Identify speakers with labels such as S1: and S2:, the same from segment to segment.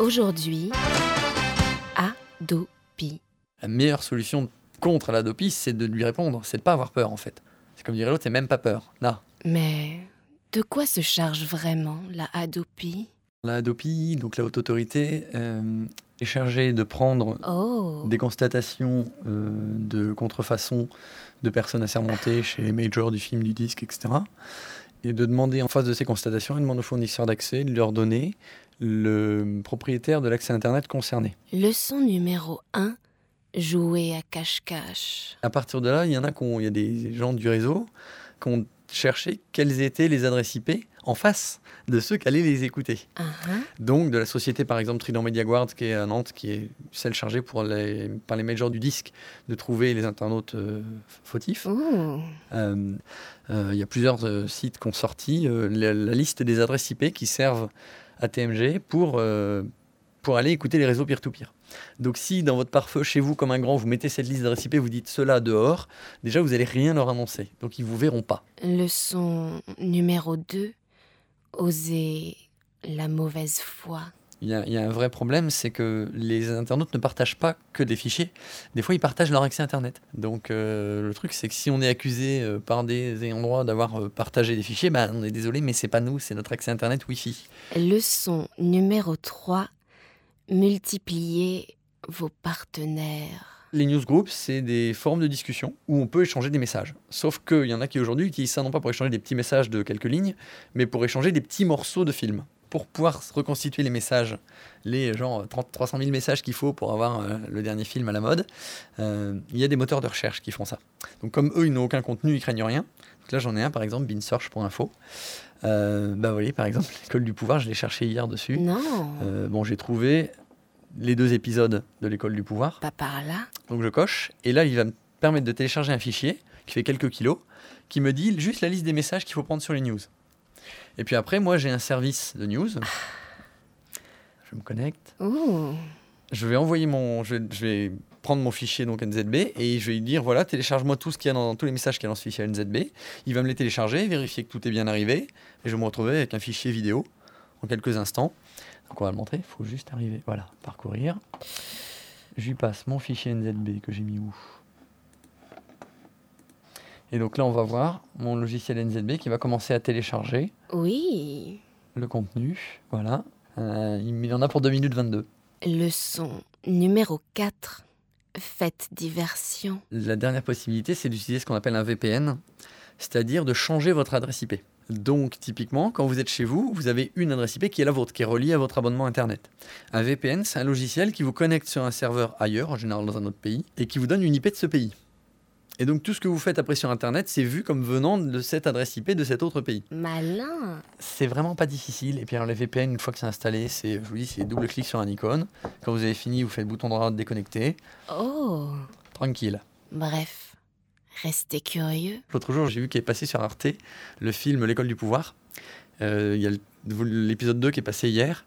S1: Aujourd'hui, Adopi.
S2: La meilleure solution contre l'adopie, c'est de lui répondre, c'est de pas avoir peur en fait. C'est comme dirait l'autre, c'est même pas peur. Non.
S1: Mais de quoi se charge vraiment la Adopi
S2: La Hadopi, donc la haute autorité, euh, est chargée de prendre
S1: Oh
S2: des constatations euh, de contrefaçon de personnes assermentées chez les majors du film, du disque, etc. Et de demander en face de ces constatations, elle demande aux fournisseurs d'accès de leur donner le propriétaire de l'accès Internet concerné.
S1: Leçon numéro 1. Jouer à cache-cache.
S2: À partir de là, il y en a, qui ont- il y a des gens du réseau qui ont cherché quelles étaient les adresses IP en face de ceux qui allaient les écouter.
S1: Ah, hein.
S2: Donc de la société par exemple Trident Media Guard qui est à Nantes, qui est celle chargée pour les, par les majors du disque de trouver les internautes euh, fautifs.
S1: Oh.
S2: Euh, euh, Il y a plusieurs euh, sites qui ont sorti euh, la, la liste des adresses IP qui servent à TMG pour, euh, pour aller écouter les réseaux peer-to-peer. Donc si dans votre pare-feu chez vous, comme un grand, vous mettez cette liste d'adresses IP, vous dites cela dehors, déjà vous n'allez rien leur annoncer. Donc ils vous verront pas.
S1: Leçon numéro 2. Oser la mauvaise foi.
S2: Il y, a, il y a un vrai problème, c'est que les internautes ne partagent pas que des fichiers. Des fois, ils partagent leur accès Internet. Donc, euh, le truc, c'est que si on est accusé euh, par des ayants droit d'avoir euh, partagé des fichiers, bah, on est désolé, mais c'est pas nous, c'est notre accès Internet Wi-Fi.
S1: Leçon numéro 3. Multiplier vos partenaires.
S2: Les newsgroups, c'est des forums de discussion où on peut échanger des messages. Sauf qu'il y en a qui aujourd'hui utilisent ça non pas pour échanger des petits messages de quelques lignes, mais pour échanger des petits morceaux de films. Pour pouvoir reconstituer les messages, les genre 30, 300 000 messages qu'il faut pour avoir euh, le dernier film à la mode, euh, il y a des moteurs de recherche qui font ça. Donc comme eux, ils n'ont aucun contenu, ils craignent rien. Donc là, j'en ai un, par exemple, binsearch.info. Euh, bah vous voyez, par exemple, l'école du pouvoir, je l'ai cherché hier dessus.
S1: Non,
S2: Euh, bon, j'ai trouvé les deux épisodes de l'école du pouvoir.
S1: pas par là.
S2: Donc je coche, et là il va me permettre de télécharger un fichier qui fait quelques kilos, qui me dit juste la liste des messages qu'il faut prendre sur les news. Et puis après, moi j'ai un service de news. Je me connecte.
S1: Oh,
S2: Je vais envoyer mon, je, je vais prendre mon fichier donc NZB et je vais lui dire voilà télécharge-moi tout ce qu'il y a dans tous les messages qu'il y a dans ce fichier NZB. Il va me les télécharger, vérifier que tout est bien arrivé, et je vais me retrouver avec un fichier vidéo en quelques instants. Donc on va le montrer. Il faut juste arriver. Voilà, parcourir. Je lui passe mon fichier NZB que j'ai mis où. Et donc là, on va voir mon logiciel NZB qui va commencer à télécharger
S1: oui.
S2: le contenu. Voilà. Euh, il il en a pour 2 minutes 22.
S1: Leçon numéro 4. Faites diversion.
S2: La dernière possibilité, c'est d'utiliser ce qu'on appelle un VPN, c'est-à-dire de changer votre adresse IP. Donc, typiquement, quand vous êtes chez vous, vous avez une adresse IP qui est la vôtre, qui est reliée à votre abonnement Internet. Un VPN, c'est un logiciel qui vous connecte sur un serveur ailleurs, en général dans un autre pays, et qui vous donne une IP de ce pays. Et donc, tout ce que vous faites après sur Internet, c'est vu comme venant de cette adresse IP de cet autre pays.
S1: Malin.
S2: C'est vraiment pas difficile. Et puis, alors, les VPN, une fois que c'est installé, c'est, je vous dis, c'est double-clic sur un icône. Quand vous avez fini, vous faites bouton droit de déconnecter.
S1: Oh.
S2: Tranquille.
S1: Bref, restez curieux.
S2: L'autre jour, j'ai vu qu'il est passé sur Arte le film L'école du pouvoir. Euh, Il y a le- l'épisode 2 qui est passé hier.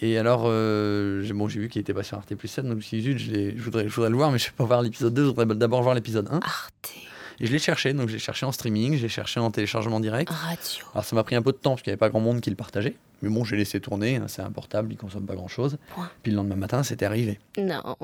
S2: Et alors, euh, j'ai bon, j'ai vu qu'il était pas sur Arte plus 7, donc je me suis dit, zut, je, l'ai- je voudrais, je voudrais le voir, mais je ne vais pas voir l'épisode 2, je voudrais d'abord voir l'épisode 1.
S1: Arte,
S2: Et je l'ai cherché, donc j'ai cherché en streaming, j'ai cherché en téléchargement direct.
S1: radio,
S2: Alors ça m'a pris un peu de temps parce qu'il n'y avait pas grand monde qui le partageait. Mais bon, j'ai laissé tourner, hein, c'est un portable, il consomme pas grand chose.
S1: Point.
S2: Puis le lendemain matin, c'était arrivé.
S1: non.